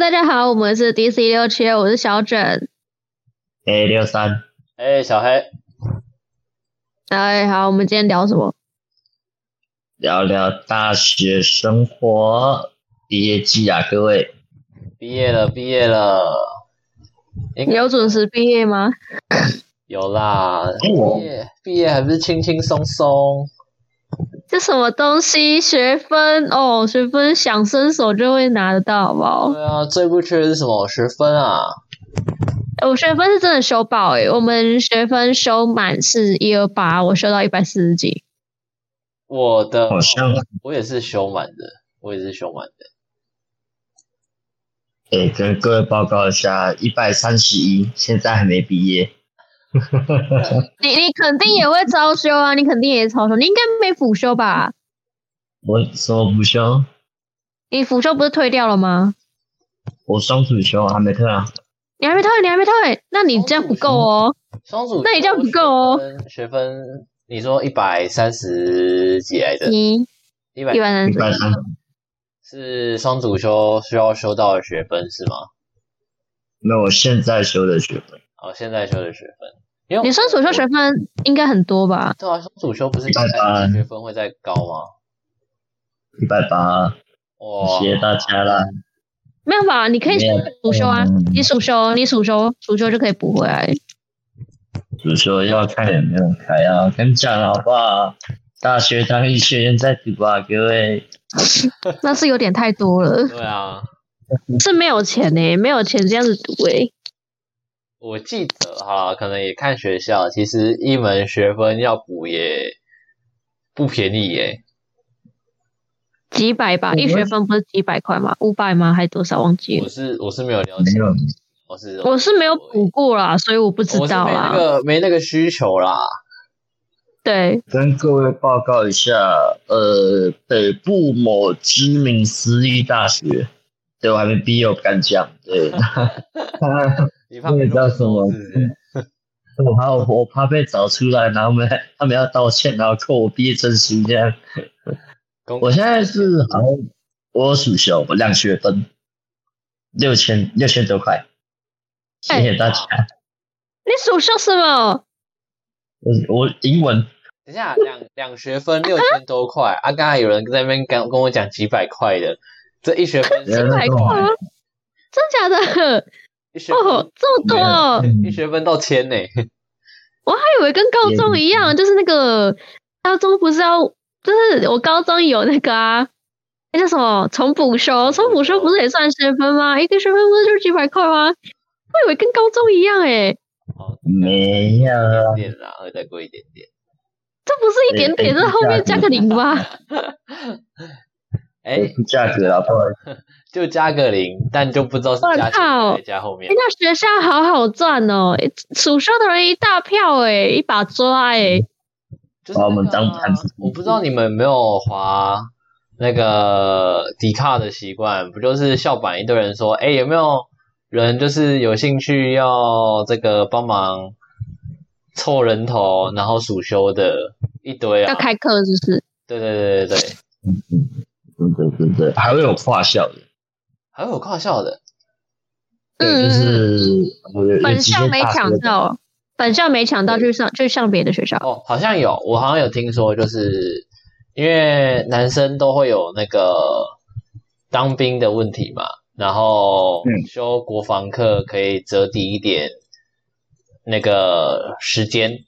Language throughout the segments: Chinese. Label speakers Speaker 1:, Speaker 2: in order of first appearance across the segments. Speaker 1: 大家好，我们是 DC 六七，我是小卷。
Speaker 2: A 六三，
Speaker 3: 哎、小黑，
Speaker 1: 哎，好，我们今天聊什么？
Speaker 2: 聊聊大学生活毕业季啊，各位，
Speaker 3: 毕业了，毕业了，应
Speaker 1: 你
Speaker 3: 该
Speaker 1: 有准时毕业吗？
Speaker 3: 有啦，
Speaker 2: 我
Speaker 3: 毕业毕业还不是轻轻松松，
Speaker 1: 这什么东西？学分哦，学分想伸手就会拿得到，好不好？
Speaker 3: 对啊，最不缺的是什么？学分啊，
Speaker 1: 哎我学分是真的修爆欸诶、我们学分修满是一二八，我修到一百四十几。
Speaker 3: 我的，哦
Speaker 2: 好像
Speaker 3: 我也是修满的，我也是修满的，
Speaker 2: 诶，跟各位报告一下，一百三十一，现在还没毕业，
Speaker 1: 你你肯定也会超修啊，你肯定也超修，你应该没辅修吧？
Speaker 2: 我什么补修？
Speaker 1: 你辅修不是退掉了吗？
Speaker 2: 我双主修还没退啊，
Speaker 1: 你还没退，你还没退，那你这样不够哦。
Speaker 3: 双主，
Speaker 1: 那你这样不够哦
Speaker 3: 学分，学分，你说一百三十几来的，
Speaker 1: 你
Speaker 3: 一百
Speaker 1: 一般
Speaker 2: 一
Speaker 1: 人
Speaker 2: 百三十，
Speaker 3: 是双主修需要修到的学分是吗？
Speaker 2: 那我现在修的学分，
Speaker 3: 哦，现在修的学分，因为
Speaker 1: 你双主修学分应该很多吧？
Speaker 3: 对啊，双主修不是
Speaker 2: 一百八
Speaker 3: 学分会再高吗？
Speaker 2: 一百八，
Speaker 3: 哇，
Speaker 2: 谢谢大家啦，
Speaker 1: 没办法，你可以
Speaker 2: 没有
Speaker 1: 暑修啊
Speaker 2: 嗯，
Speaker 1: 你暑修，你暑修，暑修就可以补回 来。
Speaker 2: 主修要看有没有开啊，跟你讲好不好？大学当医学院在读啊，各位，
Speaker 1: 那是有点太多了，
Speaker 3: 对啊，
Speaker 1: 是没有钱呢、欸没有钱这样子欸读诶、
Speaker 3: 我记得哈，可能也看学校，其实一门学分要补也不便宜耶。
Speaker 1: 几百吧，
Speaker 2: 我们
Speaker 1: 一学分不是几百块吗？五百吗？还多少忘记
Speaker 3: 我
Speaker 1: 了？
Speaker 3: 是我是没有了
Speaker 2: 没
Speaker 3: 解，
Speaker 2: 有，
Speaker 3: 我是
Speaker 1: 我是没有补过啦，所以我不知
Speaker 3: 我是
Speaker 1: 道
Speaker 3: 没那
Speaker 1: 啦。
Speaker 3: 个没那个需求啦。
Speaker 1: 对，
Speaker 2: 跟各位报告一下，呃，北部某知名私立大学，对我还没毕业，我不敢讲。对，我
Speaker 3: 你怕
Speaker 2: 那个
Speaker 3: 被
Speaker 2: 叫什么嗯
Speaker 3: 是不是
Speaker 2: 怕我我怕被找出来，然后他们他们要道歉，然后扣我毕业证书这样。
Speaker 3: 公
Speaker 2: 我现在是好像我暑修，我两学分，六千六千多块，谢谢大家。
Speaker 1: 你暑修什么？
Speaker 2: 我我英文
Speaker 3: 等一下两两学分六千多块啊！刚才有人在那边跟跟我讲几百块的，这一 学分
Speaker 2: 没有
Speaker 1: 几
Speaker 2: 那
Speaker 1: 百
Speaker 2: 么
Speaker 1: 块吗？真假 的？
Speaker 3: 一学分
Speaker 1: 哦，这么多哦！
Speaker 3: 一学分到千呢。
Speaker 1: 我还以为跟高中一样，就是那个高中不是要，就是我高中有那个啊，那叫什么重补修？重补修不是也算学分吗？一个学分不是就几百块吗？我以为跟高中一样欸诶、
Speaker 3: 哦，
Speaker 2: 没有啊，
Speaker 3: 一点啦，会再贵一点点。
Speaker 1: 这不是一点点，
Speaker 2: 哎
Speaker 1: 这后面加个零吧？
Speaker 3: 哎、
Speaker 2: 价格啊，不好意思。
Speaker 3: 就加个零，但就不知道是加前面还是加后面
Speaker 1: 哎，。那学校好好赚哦、哎暑修的人一大票诶、一把抓欸诶、
Speaker 2: 嗯
Speaker 3: 就是
Speaker 2: 把
Speaker 3: 那个啊
Speaker 2: 我们当盘子
Speaker 3: 我不知道你们有没有滑那个迪卡的习惯，不就是校板一堆人说，哎、有没有人就是有兴趣要这个帮忙凑人头，然后暑修的一堆
Speaker 1: 要
Speaker 3: 啊？
Speaker 1: 开课是不是？
Speaker 3: 对对对对对，
Speaker 2: 真的真的，还会有跨校的，
Speaker 3: 还会有跨校的，
Speaker 1: 嗯
Speaker 2: 对，就是有有
Speaker 1: 本
Speaker 2: 直接
Speaker 1: 校嗯没
Speaker 2: 大学
Speaker 1: 抢
Speaker 2: 的
Speaker 1: 到，本校没抢到，去上去上别的学校。
Speaker 3: 哦，好像有，我好像有听说，就是因为男生都会有那个当兵的问题嘛，然后
Speaker 2: 嗯
Speaker 3: 修国防课可以折抵一点那个时间，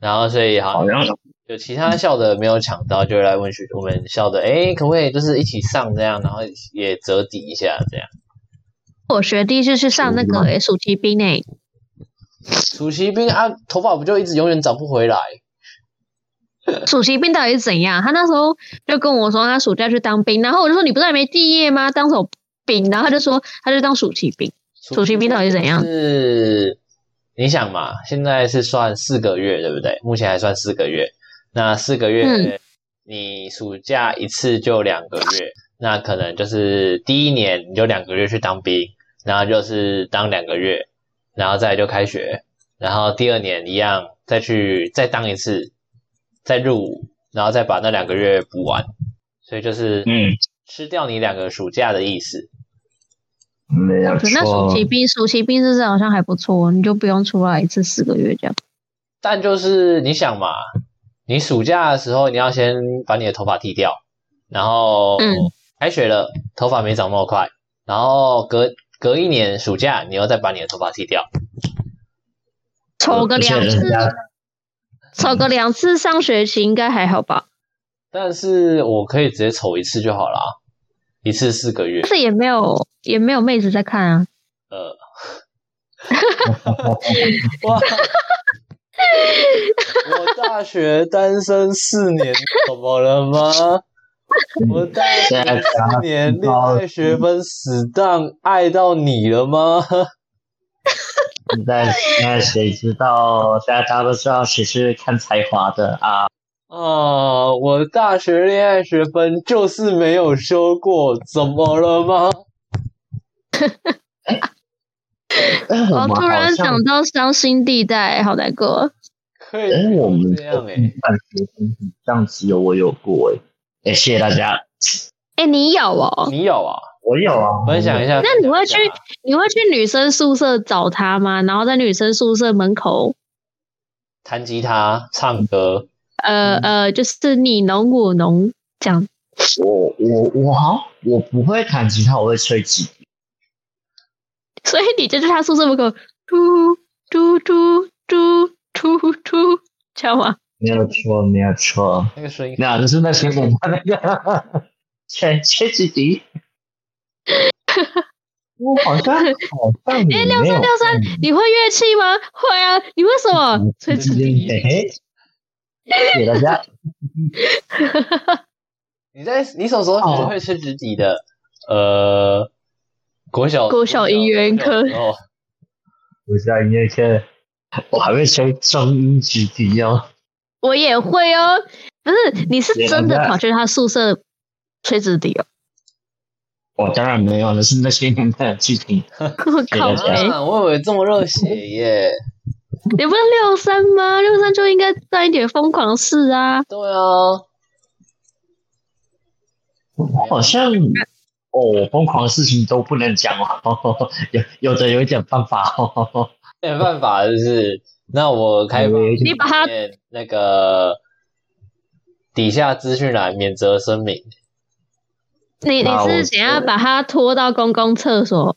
Speaker 3: 然后所以好
Speaker 2: 好
Speaker 3: 像
Speaker 2: 像
Speaker 3: 有其他校的没有抢到，就来问学我们校的，哎，可不可以就是一起上这样，然后也折抵一下这样。
Speaker 1: 我学弟就是上那个诶、暑期兵欸诶、
Speaker 3: 暑期兵啊，头发不就一直永远长不回来？
Speaker 1: 暑期兵到底是怎样？他那时候就跟我说他暑假去当兵，然后我就说你不是还没毕业吗？当什么兵？然后他就说他就当暑期兵。暑期兵到底怎样
Speaker 3: 是你想嘛，现在是算四个月，对不对？目前还算四个月。那四个月，
Speaker 1: 嗯
Speaker 3: 你暑假一次就两个月，那可能就是第一年你就两个月去当兵，然后就是当两个月，然后再来就开学，然后第二年一样再去再当一次，再入伍，然后再把那两个月补完，所以就是
Speaker 2: 嗯
Speaker 3: 吃掉你两个暑假的意思。
Speaker 2: 没有
Speaker 1: 对那暑
Speaker 2: 错
Speaker 1: 期。兵，暑期兵是不是好像还不错？你就不用出来一次四个月这样。
Speaker 3: 但就是你想嘛，你暑假的时候你要先把你的头发剃掉，然后
Speaker 1: 嗯
Speaker 3: 开学了头发没长那么快，然后隔隔一年暑假你又再把你的头发剃掉，
Speaker 1: 抽个
Speaker 2: 而且
Speaker 1: 两
Speaker 2: 人
Speaker 1: 次，
Speaker 2: 家
Speaker 1: 抽个两次上学期应该还好吧？
Speaker 3: 但是我可以直接丑一次就好啦，啊一次四个月
Speaker 1: 但，是也没有也没有妹子在看啊。
Speaker 3: 呃，哇， 我大学单身四年，怎么了吗？我大学
Speaker 2: 现在
Speaker 3: 四年恋爱学分死当，爱到你了吗？
Speaker 2: 现在现在谁知道？现在大家都知道谁是看才华的啊？
Speaker 3: 啊，我大学恋爱学分就是没有修过，怎么了吗？
Speaker 2: 哎，我
Speaker 1: 哦，
Speaker 2: 们
Speaker 1: 突
Speaker 2: 好
Speaker 1: 然
Speaker 2: 像
Speaker 1: 想到伤心地带，好难过。
Speaker 3: 可以
Speaker 2: 哎，我们
Speaker 3: 这
Speaker 1: 啊
Speaker 3: 样哎、
Speaker 2: 办学生这样子有我有过哎、哎、谢谢大家，
Speaker 1: 哎、你有哦？
Speaker 3: 你有啊？
Speaker 2: 我有啊，
Speaker 3: 分享一下。
Speaker 1: 那你会
Speaker 3: 分享一下
Speaker 1: 你会去女生宿舍找他吗？然后在女生宿舍门口，
Speaker 3: 弹吉他、唱歌？
Speaker 1: 呃、
Speaker 2: 嗯
Speaker 1: 呃，就是你侬我侬这样。
Speaker 2: 我我我好，我不会弹吉他，我会吹吉
Speaker 1: 所以你就去他宿舍门口，嘟嘟嘟嘟嘟嘟，这样吗？
Speaker 2: 没有错，没有错，
Speaker 3: 那个声音，
Speaker 2: 那就是那些我们 那个吹吹吉笛。 我好 像好像也没有。
Speaker 1: 哎六三六三你会乐器吗？会啊，你为什么？
Speaker 2: 嗯
Speaker 1: 吹纸笛。
Speaker 2: 嘿嘿谢谢大家。
Speaker 3: 你在你什么时候
Speaker 1: 哦
Speaker 3: 学会吹直笛的？呃，国小
Speaker 1: 国小音乐课
Speaker 3: 哦，
Speaker 2: 我是音乐课，我还会吹中音吉笛哦。
Speaker 1: 我也会哦。不是，你是真的跑去他宿舍吹纸笛哦？
Speaker 2: 我当然没有了，是那些年代的剧情。
Speaker 1: 我靠
Speaker 2: 对
Speaker 1: 北！
Speaker 3: 啊，我以为这么热血耶！
Speaker 1: 你不是六三吗？六三就应该干一点疯狂事啊！
Speaker 3: 对啊，
Speaker 2: 我好像哦，我疯狂的事情都不能讲哦， 有有的有一点办法哦。
Speaker 3: 没办法，就是那我开放
Speaker 2: 有一
Speaker 1: 你
Speaker 2: 点
Speaker 1: 把他
Speaker 3: 那个底下资讯栏免责声明，
Speaker 1: 你你
Speaker 2: 那啊我
Speaker 1: 是怎样把他拖到公共厕所？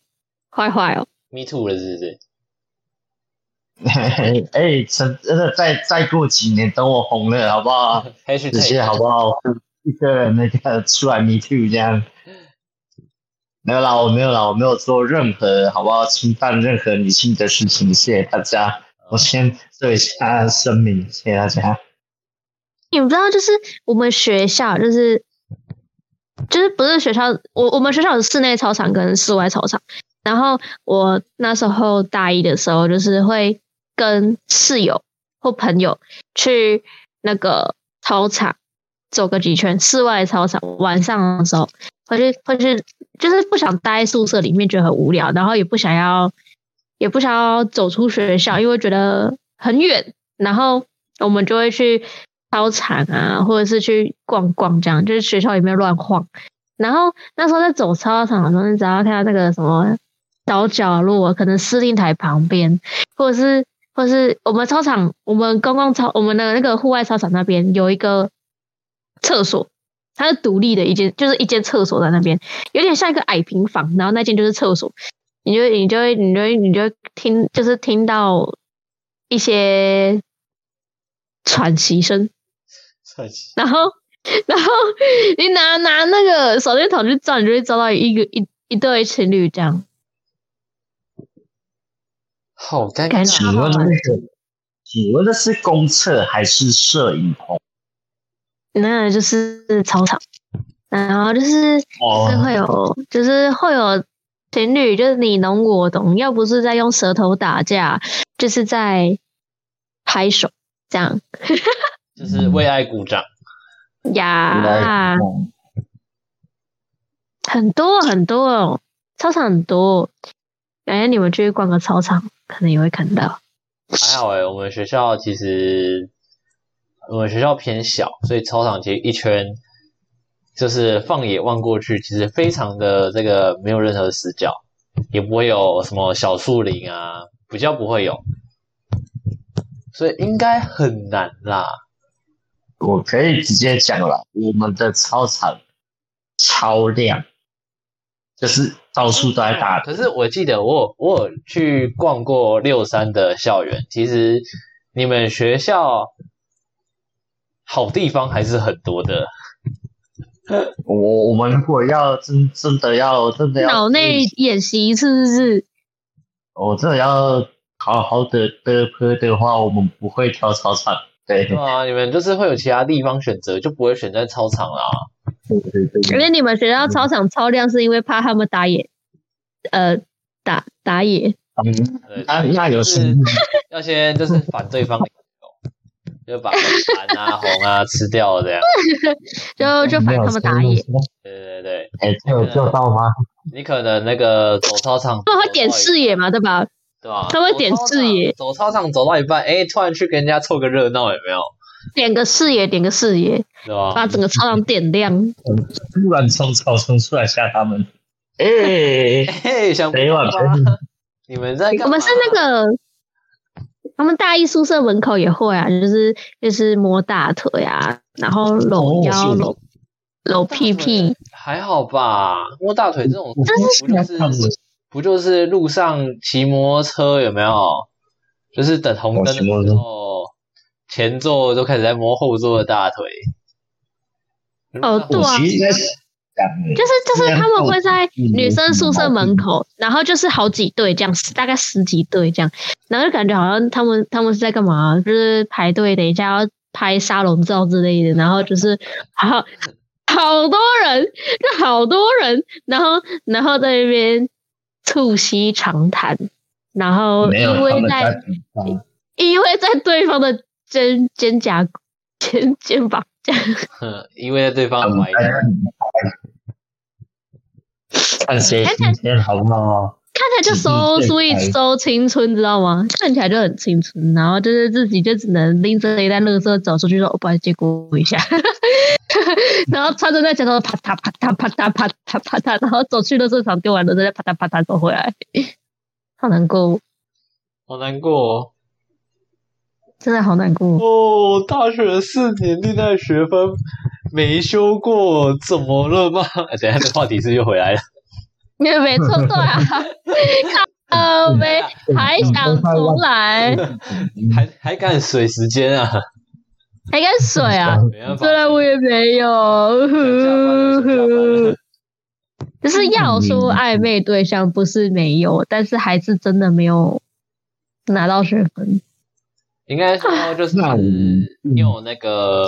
Speaker 1: 坏坏哦！
Speaker 3: me too 了是不是？
Speaker 2: 哎、真真的再再过几年，等我红了，好不好？
Speaker 3: 黑去
Speaker 2: 直接好不好？一个人那个出来 me too 这样。没有啦，我没有啦，我没有做任何好不好侵犯任何女性的事情，谢谢大
Speaker 1: 嗯
Speaker 2: 家。我先做一下声明，谢谢大家。
Speaker 1: 你们知道，就是我们学校，就是就是不是学校，我我们学校有室内操场跟室外操场。然后我那时候大一的时候，就是会跟室友或朋友去那个操场走个几圈，室外操场晚上的时候会去会去，就是不想待在宿舍里面，觉得很无聊，然后也不想要也不想要走出学校，因为觉得很远，然后我们就会去操场啊，或者是去逛逛，这样就是学校里面乱晃。然后那时候在走操场的时候，你只要看到那个什么小角落，可能司令台旁边，或者是或者是我们操场，我们公共操，我们的那个户外操场那边有一个厕所，它是独立的一间，就是一间厕所在那边，有点像一个矮平房，然后那间就是厕所。你就你就会你就会你就会听，就是听到一些喘息声，
Speaker 3: 帅气，
Speaker 1: 然后 然后你拿拿那个手电筒去照，你就会照到一个一一对情侣这样。
Speaker 3: 好尴
Speaker 1: 感
Speaker 3: 尬
Speaker 1: 觉
Speaker 2: 请问那个，请问那是公厕还是摄影棚？
Speaker 1: 那就是操场，然后就是就是
Speaker 4: 哦
Speaker 1: 会有，就是会有情侣，就是你侬我懂，要不是在用舌头打架，就是在拍手这样
Speaker 3: 就是为爱鼓掌。
Speaker 1: 呀，很多很多哦，操场很多，感觉你们去逛个操场，可能也会看到。
Speaker 3: 还好哎、我们学校其实我们学校偏小，所以操场其实一圈就是放眼望过去，其实非常的这个没有任何死角，也不会有什么小树林啊，比较不会有，所以应该很难啦。
Speaker 4: 我可以直接讲了，我们的操场超亮，就是到处都在打。
Speaker 3: 可是我记得我有我有去逛过六三的校园，其实你们学校好地方还是很多的。
Speaker 1: 嗯
Speaker 4: 我我们如果要真真的要真的要
Speaker 1: 脑内演习是不是？
Speaker 4: 我真的要好好的的科的话，我们不会挑操场。对
Speaker 3: 对啊，你们就是会有其他地方选择，就不会选在操场啊啦。
Speaker 4: 对对
Speaker 1: 而
Speaker 4: 对，
Speaker 1: 且你们学校操场超亮，是因为怕他们打野，呃，打打野。
Speaker 4: 嗯，
Speaker 3: 对
Speaker 4: 那那有
Speaker 3: 就是
Speaker 4: 什么
Speaker 3: 啊要先就是反对方的理由， 就把蓝啊红啊吃掉这样。
Speaker 1: 就就反正他们打野，。
Speaker 3: 对对对，
Speaker 4: 哎，这有救到吗？
Speaker 3: 你可能那个走操场，
Speaker 1: 他们会点视野嘛，对吧？
Speaker 3: 对吧？
Speaker 1: 他会点视野
Speaker 3: 走操场，走操场走到一半，哎，突然去跟人家凑个热闹，有没有？
Speaker 1: 点个视野，点个视野，
Speaker 3: 对吧？
Speaker 1: 把整个操场点亮。
Speaker 4: 突然冲草冲出来吓他们。哎，
Speaker 3: 嘿， 想不
Speaker 4: 等一会
Speaker 3: 到
Speaker 4: 儿
Speaker 3: 吧
Speaker 4: 陪？
Speaker 3: 你们在干嘛？
Speaker 1: 我们是那个，他们大一宿舍门口也会啊，就是就是摸大腿啊，然后搂腰、
Speaker 4: 哦是
Speaker 1: 搂搂屁屁，
Speaker 3: 还好吧？摸大腿这种
Speaker 4: 我
Speaker 3: 不就是不就是路上骑摩托车有没有？就是等红灯
Speaker 4: 哦骑摩托
Speaker 3: 的时
Speaker 4: 车
Speaker 3: 候，前座都开始在摸后座的大腿。
Speaker 1: 哦对啊
Speaker 4: 我其实在想，
Speaker 1: 就是就是他们会在
Speaker 4: 嗯
Speaker 1: 女生宿舍门口，然后就是好几队这样，大概十几队这样，然后就感觉好像他们他们是在干嘛？就是排队，等一下要拍沙龙照之类的，然后就是好好多人，就好多人，然后然后在那边促膝长谈，然后
Speaker 4: 没有
Speaker 1: 依
Speaker 4: 他
Speaker 1: 偎
Speaker 4: 们在
Speaker 1: 在
Speaker 4: 比赛
Speaker 1: 依偎在对方的肩肩胛肩肩膀这样，
Speaker 3: 哼， 因为对
Speaker 4: 他
Speaker 3: 方
Speaker 4: 们
Speaker 3: 怀疑
Speaker 4: 在比赛看谁今天好不好？
Speaker 1: 看起来就收
Speaker 4: 嗯
Speaker 1: 所以
Speaker 4: 对
Speaker 1: 收青春，知道吗？看起来就很青春，然后就是自己就只能拎着一袋垃圾走出去说：“我哦把借过一下。” 然后穿着那脚头啪嗒啪嗒啪嗒啪嗒啪嗒，然后走去垃圾场丢完垃圾再啪嗒啪嗒走回来，好难过，
Speaker 3: 好难过
Speaker 1: 真的好难过。
Speaker 3: 哦。大学四年恋爱学分没修过，怎么了吗？ 等一下这话题是又回来了。
Speaker 1: 没没错，对 啊，靠呗，还
Speaker 4: 嗯
Speaker 1: 想重来，啊
Speaker 3: 还还敢水时间啊？
Speaker 1: 还敢水啊？
Speaker 3: 没办法，
Speaker 1: 虽然我也没有。
Speaker 3: 想下班了想下班了
Speaker 1: 就是要说
Speaker 4: 嗯
Speaker 1: 暧昧对象不是没有，但是还是真的没有拿到学分。
Speaker 3: 应该说就是
Speaker 4: 那我们嗯
Speaker 3: 你有那个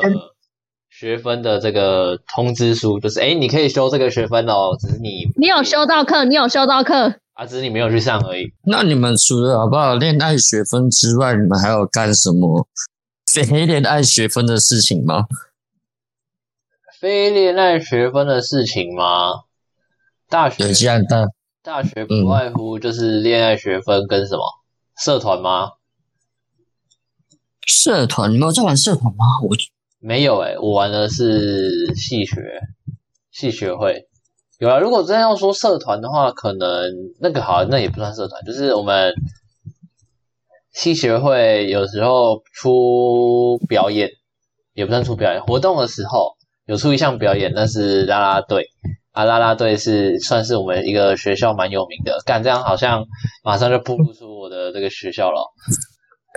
Speaker 3: 学分的这个通知书，就是哎、诶你可以修这个学分哦，只是你
Speaker 1: 你有修到课，你有修到课，
Speaker 3: 啊，只是你没有去上而已。
Speaker 2: 那你们除了好不好恋爱学分之外，你们还有干什么非恋爱学分的事情吗？
Speaker 3: 非恋爱学分的事情吗？大学
Speaker 2: 对，既然大
Speaker 3: 大学
Speaker 4: 嗯
Speaker 3: 不外乎就是恋爱学分跟什么社团吗？
Speaker 2: 社团，你们有在玩社团吗？我
Speaker 3: 没有诶、我玩的是系学系学会。有啊，如果真的要说社团的话，可能那个好，那也不算社团，就是我们系学会有时候出表演，也不算出表演活动的时候有出一项表演，那是啦啦队啊，啦啦队是算是我们一个学校蛮有名的。干这样好像马上就暴露出我的这个学校了。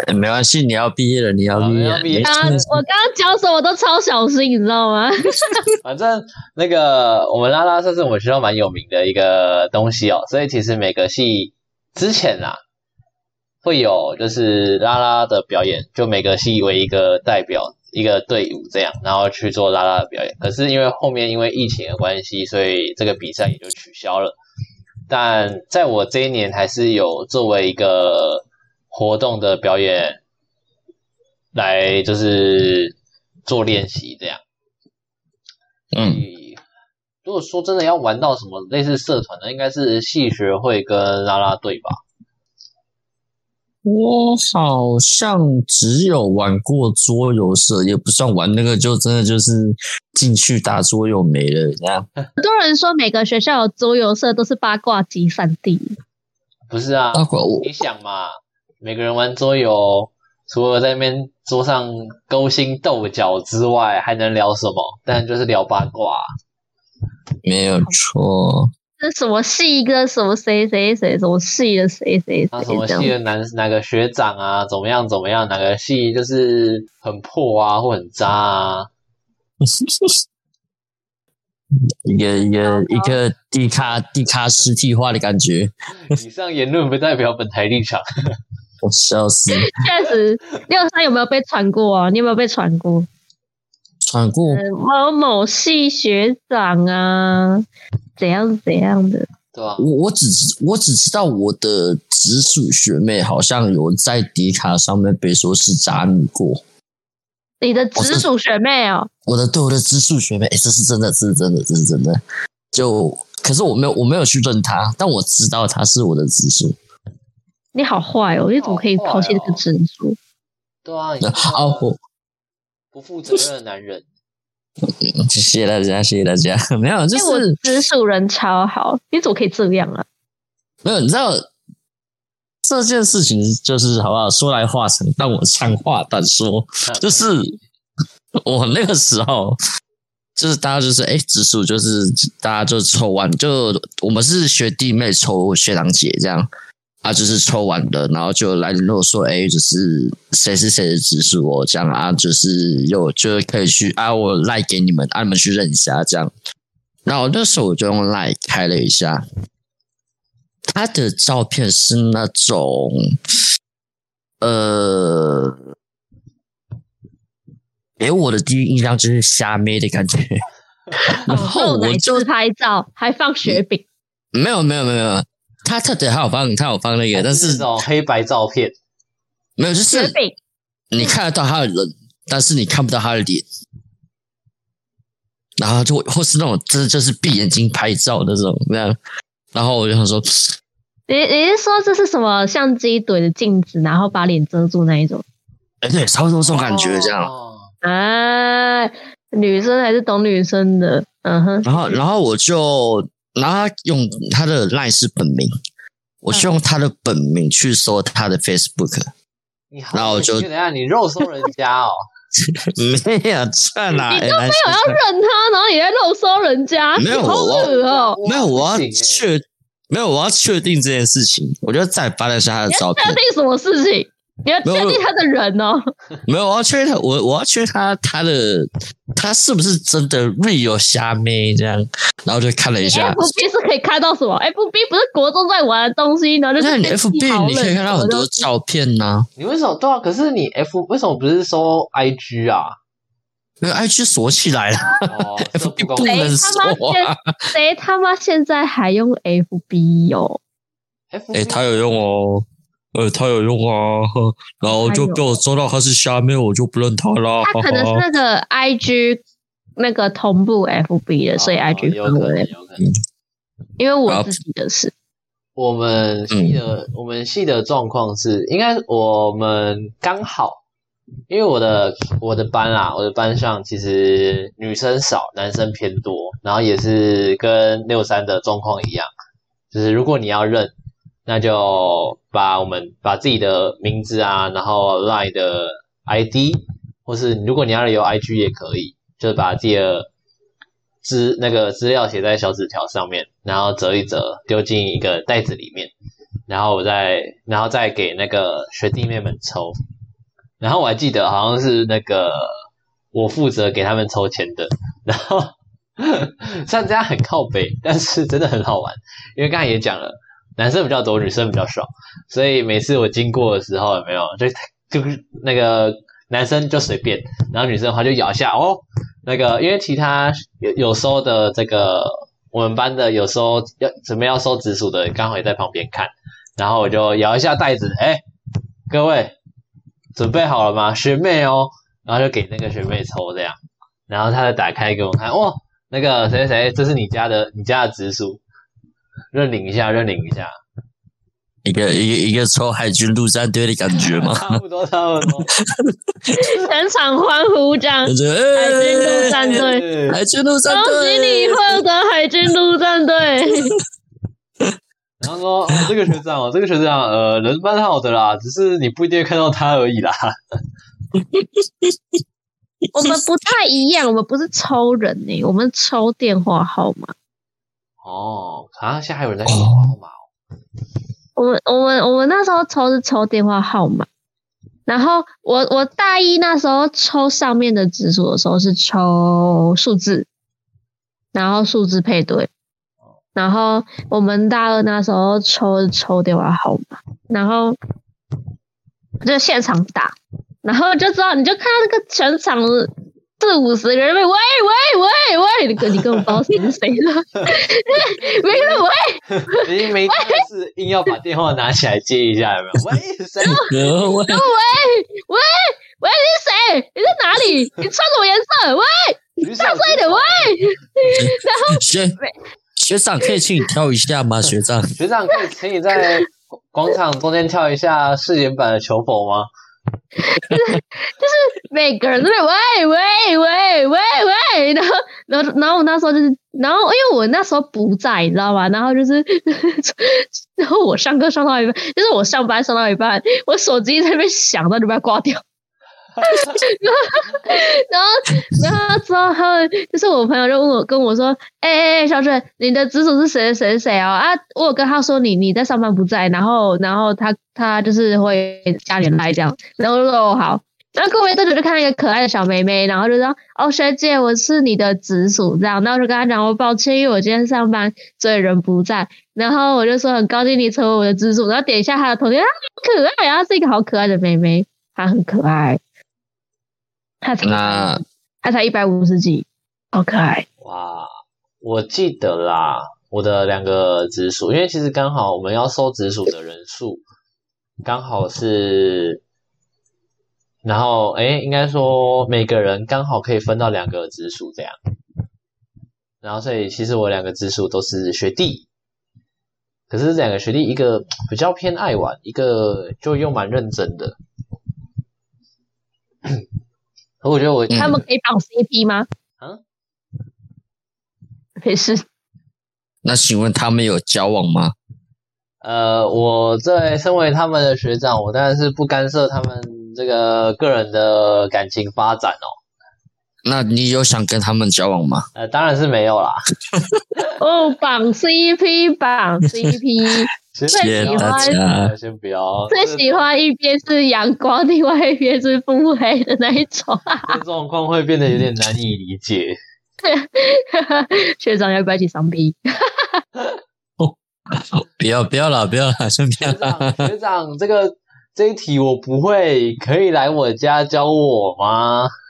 Speaker 2: 哎没关系，你要毕业了，你要
Speaker 3: 好
Speaker 2: 毕业
Speaker 3: 要
Speaker 2: 了，
Speaker 3: 毕业
Speaker 2: 没
Speaker 1: 啊！
Speaker 2: 事
Speaker 1: 我刚刚讲什么都超小心，你知道吗？
Speaker 3: 反正那个我们拉拉算是我们学校蛮有名的一个东西哦，所以其实每个系之前啦、会有就是拉拉的表演，就每个系为一个代表一个队伍这样，然后去做拉拉的表演。可是因为后面因为疫情的关系，所以这个比赛也就取消了。但在我这一年还是有作为一个活动的表演来就是做练习这样。
Speaker 2: 嗯，
Speaker 3: 如果说真的要玩到什么类似社团的，应该是系学会跟啦啦队吧。
Speaker 2: 我好像只有玩过桌游社，也不算玩那个，就真的就是进去打桌游没了这样。
Speaker 1: 很多人说每个学校的桌游社都是八卦集散地，
Speaker 3: 不是啊，
Speaker 2: 那会儿我
Speaker 3: 你想嘛，每个人玩桌游，除了在那边桌上勾心斗角之外，还能聊什么？当然就是聊八卦啊。
Speaker 2: 没有错，
Speaker 1: 这是什么系跟什么谁谁谁，什么系的谁谁
Speaker 3: 那
Speaker 1: 谁
Speaker 3: 啊什么
Speaker 1: 这
Speaker 3: 系
Speaker 1: 样。
Speaker 3: 的男哪个学长啊，怎么样怎么样，哪个系就是很破啊，或很渣啊。
Speaker 2: 一个一个一个地咖地咖实体化的感觉，
Speaker 3: 以上言论不代表本台立场。
Speaker 2: 我笑死。
Speaker 1: 确实，六三有没有被传过啊？你有没有被传过？
Speaker 2: 传过
Speaker 1: 呃某某系学长啊，怎样怎样的？
Speaker 3: 对啊吧？
Speaker 2: 我我只知我只知道我的直属学妹好像有在迪卡上面被说是渣女过。
Speaker 1: 你的直属学妹哦，
Speaker 2: 我的对我的直属学妹，哎、这是真的，这是真的，这是真的。就可是我没有我没有去认她，但我知道她是我的直属。
Speaker 1: 你好坏哦，你怎么可以抛弃这个直属？
Speaker 3: 对啊，你
Speaker 2: 那
Speaker 3: 是
Speaker 2: 哦，我
Speaker 3: 不负责任的男人。
Speaker 2: 谢谢大家，谢谢大家。 没有，就
Speaker 1: 因为我
Speaker 2: 是
Speaker 1: 直属人超好，你怎么可以这样啊？
Speaker 2: 没有，你知道这件事情就是好不好？说来话长，但我长话短说。 就是呃我那个时候，就是大家就是哎，直属就是大家就抽完，就我们是学弟妹抽学长姐这样啊，就是抽完的，然后就来联络说，哎，就是谁是谁的直属哦，这样啊，就是有就是可以去啊，我赖给你们，啊，你们去认一下这样。那我那时候我就用赖开了一下，他的照片是那种，呃，给我的第一印象就是虾妹的感觉。然后
Speaker 1: 哦
Speaker 2: 我
Speaker 1: 奶
Speaker 2: 就
Speaker 1: 自拍照，还放雪饼，
Speaker 2: 没有没有没有没有，他特别还有放他有放那个，但
Speaker 3: 啊是
Speaker 2: 是
Speaker 3: 那种黑白照片，
Speaker 2: 没有就
Speaker 1: 雪
Speaker 2: 是
Speaker 1: 饼
Speaker 2: 你看得到他的人，但是你看不到他的脸。然后就或是那种真的就是闭眼睛拍照那种那样，然后我就想说，
Speaker 1: 你你是说这是什么相机怼着镜子，然后把脸遮住那一种
Speaker 2: 哎，对，差不多这种感觉这样。
Speaker 3: 哦
Speaker 1: 啊？女生还是懂女生的，嗯哼，
Speaker 2: 然后，然后我就，然后他用他的 line 是本名，我就用他的本名去搜他的 Facebook，
Speaker 3: 你好，
Speaker 2: 那我就
Speaker 3: 等一下你肉搜人家哦，
Speaker 2: 没有算啦，哎来
Speaker 1: 我要认他，然后你在肉搜人家，
Speaker 2: 没有
Speaker 1: 好恶哦、
Speaker 2: 没有，我要
Speaker 3: 不行欸
Speaker 2: 确没有，我要确定这件事情，我就再扒了一下他的照片
Speaker 1: 确。定什么事情？你要确
Speaker 2: 没有
Speaker 1: 定他的人哦、
Speaker 2: 没有，我要确认他，我我要确认他他的他是不是真的 real 虾妹这样，然后就看了一下。
Speaker 1: F B 是可以看到什么？F B 不是国中在玩的东西，然后就
Speaker 2: 那
Speaker 1: 是
Speaker 2: 你 FB 你可以看到很多
Speaker 1: 东西
Speaker 2: 照片呐、
Speaker 3: 你为什么对啊？可是你 F 为什么不是搜 IG 啊？
Speaker 2: 因为 IG 锁起来了
Speaker 3: 哦，这
Speaker 2: ，FB
Speaker 3: 不
Speaker 2: 不
Speaker 3: 公平
Speaker 1: 哎
Speaker 2: 能锁啊。
Speaker 1: 谁他妈现在还用 F B 哦？
Speaker 3: ，F
Speaker 2: 哎、他有用哦，呃、他有用啊， 呵然后就被我抓到他是虾妹，我就不认他啦。
Speaker 1: 他可能是
Speaker 2: 哈哈
Speaker 1: 那个 I G 那个同步 F B 的，所以 I G
Speaker 3: 哦有可能
Speaker 1: 分为，
Speaker 3: 有可能。
Speaker 1: 因为我自己的事，
Speaker 3: 我们系的、我们系的状况是，应该我们刚好，因为我的我的班啊，我的班上其实女生少，男生偏多，然后也是跟六三的状况一样，就是如果你要认，那就把我们把自己的名字啊，然后 line 的 ID，或是如果你要有 IG 也可以，就是把自己的资那个资料写在小纸条上面，然后折一折，丢进一个袋子里面，然后我再然后再给那个学弟妹们抽。然后我还记得好像是那个我负责给他们抽签的，然后虽然这样很靠北，但是真的很好玩，因为刚才也讲了，男生比较多，女生比较少，所以每次我经过的时候有没有就 就是那个男生就随便，然后女生的话就咬一下哦，那个，因为其他有有时候的这个我们班的有时候要准备要收直属的，刚好也在旁边看，然后我就摇一下袋子，哎，各位准备好了吗？学妹哦，然后就给那个学妹抽这样，然后她就打开给我看，哦，那个谁谁谁，这是你家的你家的直属，认领一下，认领一下，
Speaker 2: 一个一个一个抽海军陆战队的感觉 吗？
Speaker 3: 差不多差不多。
Speaker 1: 全场欢呼这样
Speaker 2: 就。是
Speaker 1: 海军陆战
Speaker 2: 哎
Speaker 1: 队，
Speaker 3: 对
Speaker 2: 海军陆战
Speaker 1: 恭喜你
Speaker 2: 队，
Speaker 1: 获得海军陆战队。
Speaker 3: 然后说、哦、这个学长，这个学长，呃，人蛮好的啦，只是你不一定会看到他而已啦。
Speaker 1: 我们不太一样，我们不是抽人呢、我们抽电话号码。
Speaker 3: 哦，啊，现在还有人在说号码哦
Speaker 1: 我们我们我们那时候抽是抽电话号码，然后我我大一那时候抽上面的直属的时候是抽数字，然后数字配对，然后我们大二那时候抽是抽电话号码，然后就现场打，然后就知道你就看到那个全场四五十个人被喂喂喂喂，你根你根本不知道谁是谁了， 没人喂。
Speaker 3: 已经没看是硬要把电话拿起来接一下，有没有？喂，谁？
Speaker 2: 呃 我
Speaker 1: 喂喂，你是谁？你在哪里？你穿什么颜色？喂，
Speaker 3: 吕小
Speaker 1: 快点喂！
Speaker 2: 学学长可以请你跳一下吗？学长，
Speaker 3: 学长可以请你在广场中间跳一下誓言版的求佛吗？
Speaker 1: 每个人都在喂喂喂喂喂，然后然后然后我那时候就是，然后因为我那时候不在，你知道吗？然后就是， 然后我上课上到一半，就是我上班上到一半，我手机在那边响，到就把它挂掉。 然后， 然后之后他们就是我朋友就问我跟我说：“哎哎哎，小雪，你的直属是谁谁谁哦啊？”我有跟他说你你在上班不在，然后然后他他就是会加点来这样，然后我就说哦好。然后过没多久就看到一个可爱的小妹妹，然后就说：“哦，学姐，我是你的直属。”这样，然后我就跟她讲：“我抱歉，因为我今天上班，所以人不在。”然后我就说：“很高兴你成为我的直属。”然后点一下她的头贴，啊，好可爱啊，她是一个好可爱的妹妹，她很可爱，她才
Speaker 2: 那
Speaker 1: 他才一百五十几，好可爱。
Speaker 3: 哇，我记得啦，我的两个直属，因为其实刚好我们要收直属的人数，刚好是，然后诶，应该说每个人刚好可以分到两个直属这样，然后所以其实我两个直属都是学弟，可是两个学弟一个比较偏爱玩，一个就又蛮认真的， 我觉得我
Speaker 1: 他们可以绑 CP 吗？
Speaker 3: 啊，
Speaker 1: 没事，
Speaker 2: 那请问他们有交往吗？
Speaker 3: 呃，我在身为他们的学长，我当然是不干涉他们这个个人的感情发展哦。
Speaker 2: 那你有想跟他们交往吗？
Speaker 3: 呃，当然是没有啦。
Speaker 1: 哦，绑 CP，绑 CP，
Speaker 3: 先
Speaker 1: 谢谢
Speaker 3: 不要
Speaker 1: 大
Speaker 2: 家
Speaker 3: 先不要。
Speaker 1: 最
Speaker 3: 这
Speaker 1: 喜欢一边是阳光，另外一边是腹黑的那一种。
Speaker 3: 这状况会变得有点难以理解。
Speaker 1: 学长要不要一起上 P？
Speaker 2: 不要不要了，不要了，先不要
Speaker 3: 学
Speaker 2: 了。
Speaker 3: 长，学长，这个这一题我不会，可以来我家教我吗？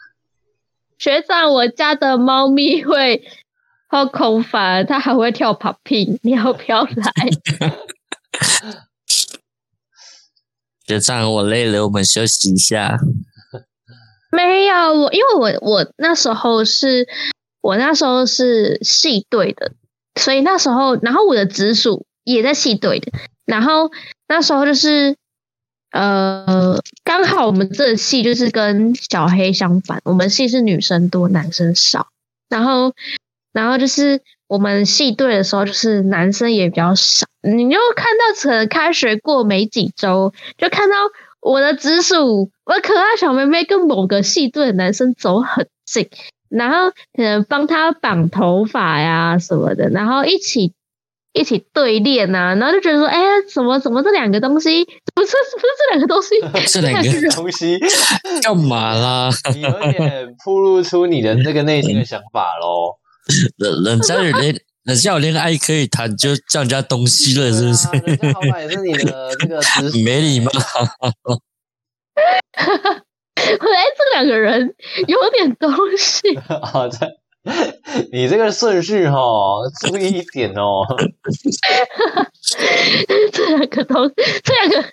Speaker 1: 学长，我家的猫咪会后空翻，它还会跳 popping，你要不要来？
Speaker 2: 学长，我累了，我们休息一 下。
Speaker 1: 没有，我因为我我那时候是，我那时候是系队的，所以那时候，然后我的直属也在系队的，然后那时候就是，呃，刚好我们这个系就是跟小黑相反，我们系是女生多，男生少，然后，然后就是我们系队的时候，就是男生也比较少，你就看到可能开学过没几周，就看到我的直属，我可爱小妹妹跟某个系队的男生走很近，然后可能帮他绑头发呀什么的，然后一起一起对练呐、然后就觉得说，哎、怎么怎么这两个东西， 不是不是这两个东西，
Speaker 2: 这两个
Speaker 3: 东西，
Speaker 2: 干嘛啦？
Speaker 3: 你有点暴露出你的这个内心的想法喽。
Speaker 2: 人人家有 恋，人家有恋爱可以谈，就叫人家东西了，是不是？
Speaker 3: 对啊人家老板也是你的这个啊直
Speaker 1: 啊
Speaker 3: 属，
Speaker 2: 没礼貌。
Speaker 1: 哎、这两个人有点东西，
Speaker 3: 好的，你这个顺序哈、注意一点哦。
Speaker 1: 这两个东，这两个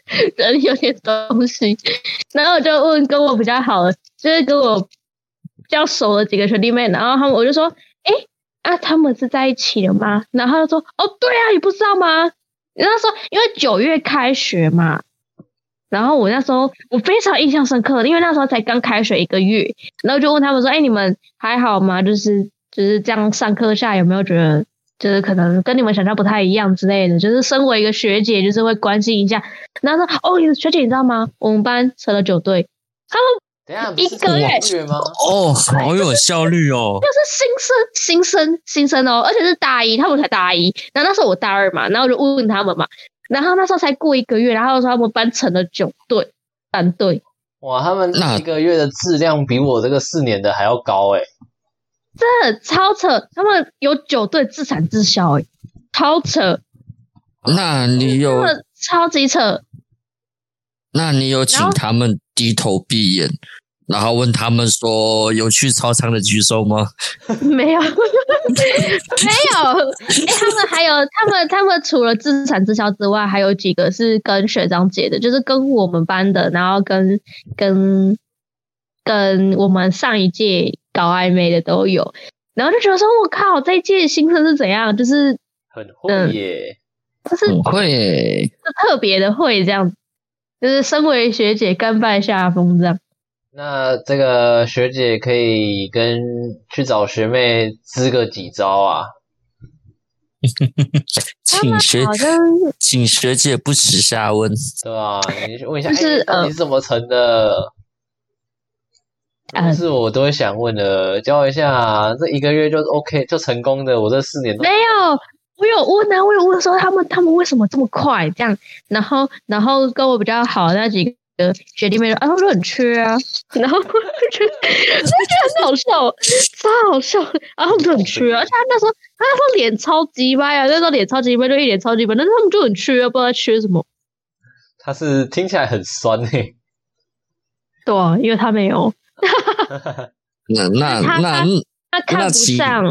Speaker 1: 人有点东西。然后我就问跟我比较好的，就是跟我比较熟的几个学弟妹，然后他们我就说，哎、啊，他们是在一起了吗？然后他就说，哦，对啊，你不知道吗？那时候因为九月开学嘛，然后我那时候我非常印象深刻，因为那时候才刚开学一个月，然后就问他们说：“哎、你们还好吗？就是就是这样上课下有没有觉得就是可能跟你们想象不太一样之类的？就是身为一个学姐，就是会关心一下。”然后说：“哦，学姐你知道吗？我们班成了九队，
Speaker 3: 等一下
Speaker 1: 一个月
Speaker 3: 不是月吗？
Speaker 2: 哦，好有效率哦！
Speaker 1: 就是新生新生新生哦，而且是大一，他们才大一。然后那时候我大二嘛，然后我就问问他们嘛，然后那时候才过一个月，然后说他们班成了九队三队。
Speaker 3: 哇，他们
Speaker 2: 那
Speaker 3: 一个月的质量比我这个四年的还要高哎、
Speaker 1: 真的超扯！他们有九队自产自销、欸，超扯，
Speaker 2: 那你有
Speaker 1: 真的超级扯。
Speaker 2: 那你有请
Speaker 1: 然后
Speaker 2: 他们低头闭眼，然后问他们说有去超商的举手吗？
Speaker 1: 没有，没有，哎、他们还有他们他们除了自产自销之外，还有几个是跟学长姐的，就是跟我们班的，然后跟跟跟我们上一届搞暧昧的都有，然后就觉得说，我靠，这一届新生是怎样？就是
Speaker 3: 很
Speaker 1: 嗯
Speaker 3: 会耶。
Speaker 1: 就是
Speaker 2: 很嗯会耶，
Speaker 1: 特别的会这样子，就是身为学姐甘拜下风这样。
Speaker 3: 那这个学姐可以跟去找学妹支个几招啊？
Speaker 1: 他
Speaker 2: 请
Speaker 1: 们
Speaker 2: 学
Speaker 1: 好像
Speaker 2: 请学姐不耻下问。
Speaker 3: 对吧、你去问一下，
Speaker 1: 就是
Speaker 3: 哎
Speaker 1: 呃
Speaker 3: 你是怎么成的？
Speaker 1: 呃
Speaker 3: 不是我都会想问的，教一下，这一个月就 OK 就成功的，我这四年都
Speaker 1: 没有，我有问啊，我有问说他们他们为什么这么快这样，然后然后跟我比较好的那几个学弟妹说啊，他们都很缺啊，然后我就觉得 我就觉得很好笑，超好笑，然后他们就很缺啊，而且他那时候他那时候脸超级歪啊，那时候脸超级歪就一脸超级歪，但是他们就很缺啊，不知道在缺什么。
Speaker 3: 他是听起来很酸欸 嘿、
Speaker 1: 对啊、因为他没有，
Speaker 2: 那那
Speaker 1: 他
Speaker 2: 那
Speaker 1: 他他看
Speaker 2: 那
Speaker 1: 不
Speaker 2: 其
Speaker 1: 上，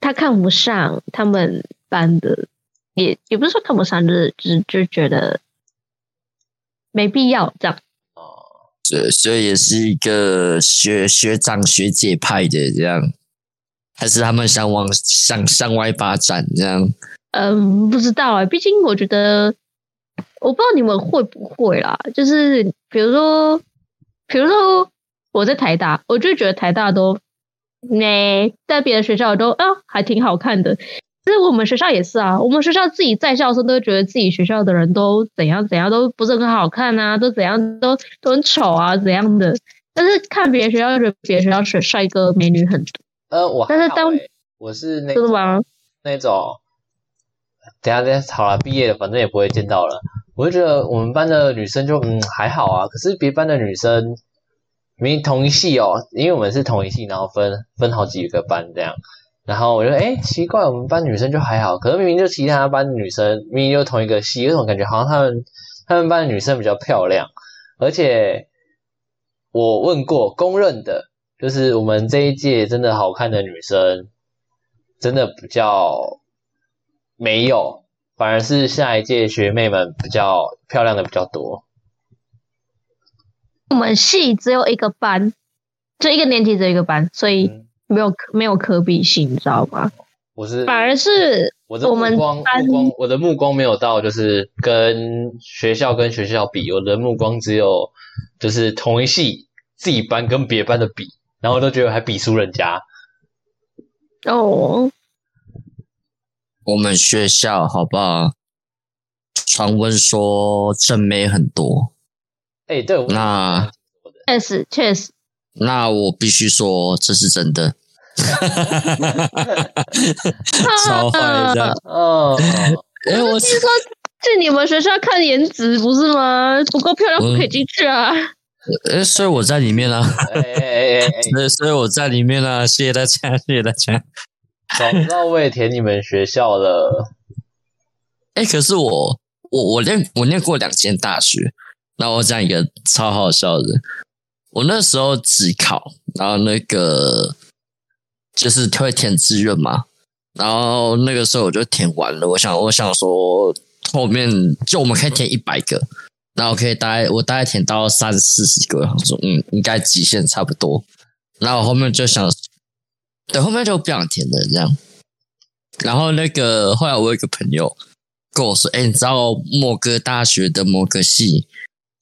Speaker 1: 他看不上他们班的，也也不是说看不上，就是就是就觉得没必要这样。
Speaker 3: 哦，
Speaker 2: 这所以也是一个学学长学姐派的这样，还是他们想往向向外发展这样？
Speaker 1: 嗯，不知道哎、毕竟我觉得，我不知道你们会不会啦。就是比如说，比如说我在台大，我就觉得台大都，呢，在别的学校都啊还挺好看的。其实我们学校也是啊，我们学校自己在校生都会觉得自己学校的人都怎样怎样，都不是很好看啊，都怎样都都很丑啊怎样的。但是看别的学校，觉得别的学校帅帅哥美女很多，
Speaker 3: 呃，我还
Speaker 1: 但是
Speaker 3: 好
Speaker 1: 当
Speaker 3: 欸我是那
Speaker 1: 真的
Speaker 3: 种
Speaker 1: 吗？
Speaker 3: 那种，等一下等一下，好了，毕业了，反正也不会见到了。我就觉得我们班的女生就嗯还好啊，可是别班的女生，明明同一系哦，因为我们是同一系，然后分分好几个班这样。然后我就哎、奇怪，我们班女生就还好，可是明明就其他班的女生，明明就同一个系，为什么感觉好像她们她们班的女生比较漂亮？而且我问过，公认的就是我们这一届真的好看的女生，真的比较没有，反而是下一届学妹们比较漂亮的比较多。
Speaker 1: 我们系只有一个班，就一个年级只有一个班，所以
Speaker 3: 嗯，
Speaker 1: 没有可没有可比性，你知道吗？
Speaker 3: 我是
Speaker 1: 反而是
Speaker 3: 我的
Speaker 1: 我
Speaker 3: 目
Speaker 1: 们
Speaker 3: 光目
Speaker 1: 班
Speaker 3: 光我的目光没有到，就是跟学校跟学校比，我的目光只有就是同一系自己班跟别班的比，然后都觉得还比输人家。
Speaker 1: 哦，
Speaker 2: 我们学校好不好？传闻说正妹很多，
Speaker 3: 哎、对，我
Speaker 2: 那
Speaker 1: 确实确实，
Speaker 2: 那我必须说这是真的。超坏这样，
Speaker 3: 哦，
Speaker 2: 哎、 我
Speaker 1: 听啊说去你们学校看颜值不是吗？不够漂亮
Speaker 2: 嗯
Speaker 1: 不可以进去啊！
Speaker 2: 哎、所以我在里面啦、 啊，
Speaker 3: 哎哎哎哎哎，
Speaker 2: 所以所以我在里面啦、啊，谢谢大家，谢谢大家。
Speaker 3: 早知道我也填你们学校了。
Speaker 2: 哎、可是我我我念我念过两间大学，那我讲一个超好笑的，我那时候只考，然后那个就是会填志愿嘛，然后那个时候我就填完了，我想我想说后面就我们可以填一百个。然后可以大概我大概填到三四十个，我想说嗯应该极限差不多。然后我后面就想，对后面就不想填了这样。然后那个后来我有一个朋友，跟我说：“哎、你知道某个大学的某个系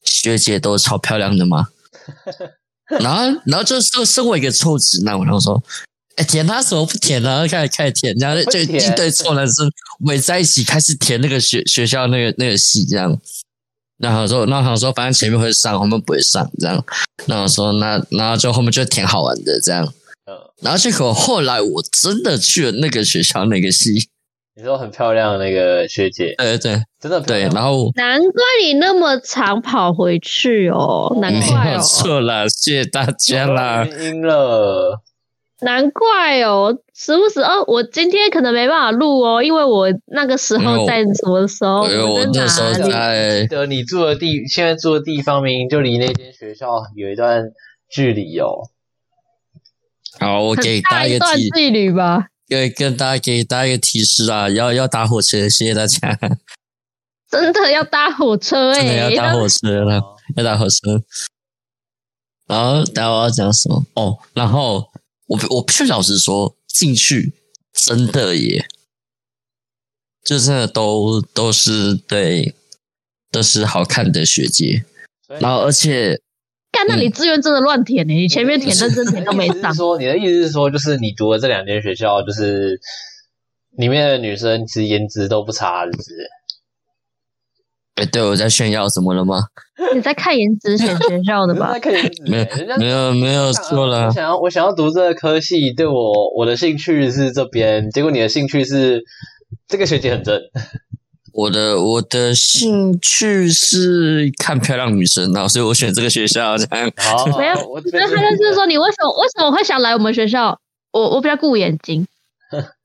Speaker 2: 学姐都超漂亮的吗？” 然后，然后就就身为一个臭直男，我然后说：“哎、舔她什么不舔啊？”然后开始开始舔，然后就
Speaker 3: 会
Speaker 2: 就
Speaker 3: 舔
Speaker 2: 一堆臭男生围在一起开始舔那个学学校那个那个系这样。然后说，那他说反正前面会上，后面不会上这样。然后说那然后就后面就挺好玩的这样。
Speaker 3: 嗯，
Speaker 2: 然后结果后来我真的去了那个学校那个系，
Speaker 3: 你说很漂亮的那个学姐，
Speaker 2: 对对
Speaker 3: 真的很漂
Speaker 1: 嗯
Speaker 2: 对，
Speaker 3: 亮
Speaker 2: 然后
Speaker 1: 难怪你那么常跑回去哦，难
Speaker 2: 嗯没
Speaker 1: 怪
Speaker 2: 有
Speaker 1: 哦，
Speaker 2: 错啦，谢谢大家啦。
Speaker 3: 晕晕了，
Speaker 1: 难怪哦，时不时哦，我今天可能没办法录哦，因为我那个时
Speaker 2: 没有
Speaker 1: 候在什么时候？
Speaker 2: 因为我那时候
Speaker 1: 在哪里
Speaker 2: 在
Speaker 3: 记，得你住的地，现在住的地方明明就离那间学校有一段距离哦。
Speaker 2: 好，我给
Speaker 1: 很
Speaker 2: 大
Speaker 1: 大
Speaker 2: 家一
Speaker 1: 一
Speaker 2: 个
Speaker 1: 段
Speaker 2: 提，
Speaker 1: 距离吧。
Speaker 2: 给跟大家给大家一个提示啊，要要搭火车，谢谢大家，
Speaker 1: 真的要搭火车
Speaker 2: 真的
Speaker 1: 哎、
Speaker 2: 要
Speaker 1: 欸！
Speaker 2: 搭火车了。要打火车。然后，待会我要讲什么？哦，然后我我必须老实说，进去真的耶，就真的都都是对，都是好看的学姐。
Speaker 3: 所以
Speaker 2: 然后，而且
Speaker 1: 干，那你
Speaker 2: 嗯
Speaker 1: 志愿真的乱填欸呢、你前面填认真填都没
Speaker 3: 你 的意思
Speaker 1: 上
Speaker 3: 是，说，你的意思是说，就是你读的这两间学校，就是里面的女生其实颜值都不差，是不是？
Speaker 2: 哎，对我在炫耀什么了吗？
Speaker 1: 你在看颜值选学校的
Speaker 3: 不
Speaker 1: 吧
Speaker 3: 是在？看颜值
Speaker 2: 没有
Speaker 3: 人家
Speaker 2: 没有没有错
Speaker 3: 我
Speaker 2: 了，啊
Speaker 3: 想要我想要读这个科系，对我我的兴趣是这边，结果你的兴趣是这个学姐很正，
Speaker 2: 我的我的兴趣是看漂亮女生啊，所以我选这个学校这样。
Speaker 3: 好，
Speaker 1: 没有
Speaker 3: 我这边
Speaker 1: 那他就是说，你为什么为什么会想来我们学校？我我比较顾眼睛，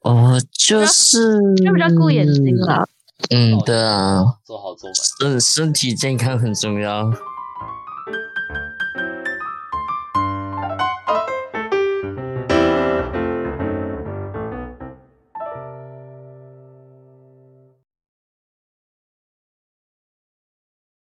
Speaker 2: 哦，就是
Speaker 1: 就比较顾眼睛啦。
Speaker 2: 嗯，对啊。
Speaker 3: 做好做满。
Speaker 2: 嗯，身体健康很重要。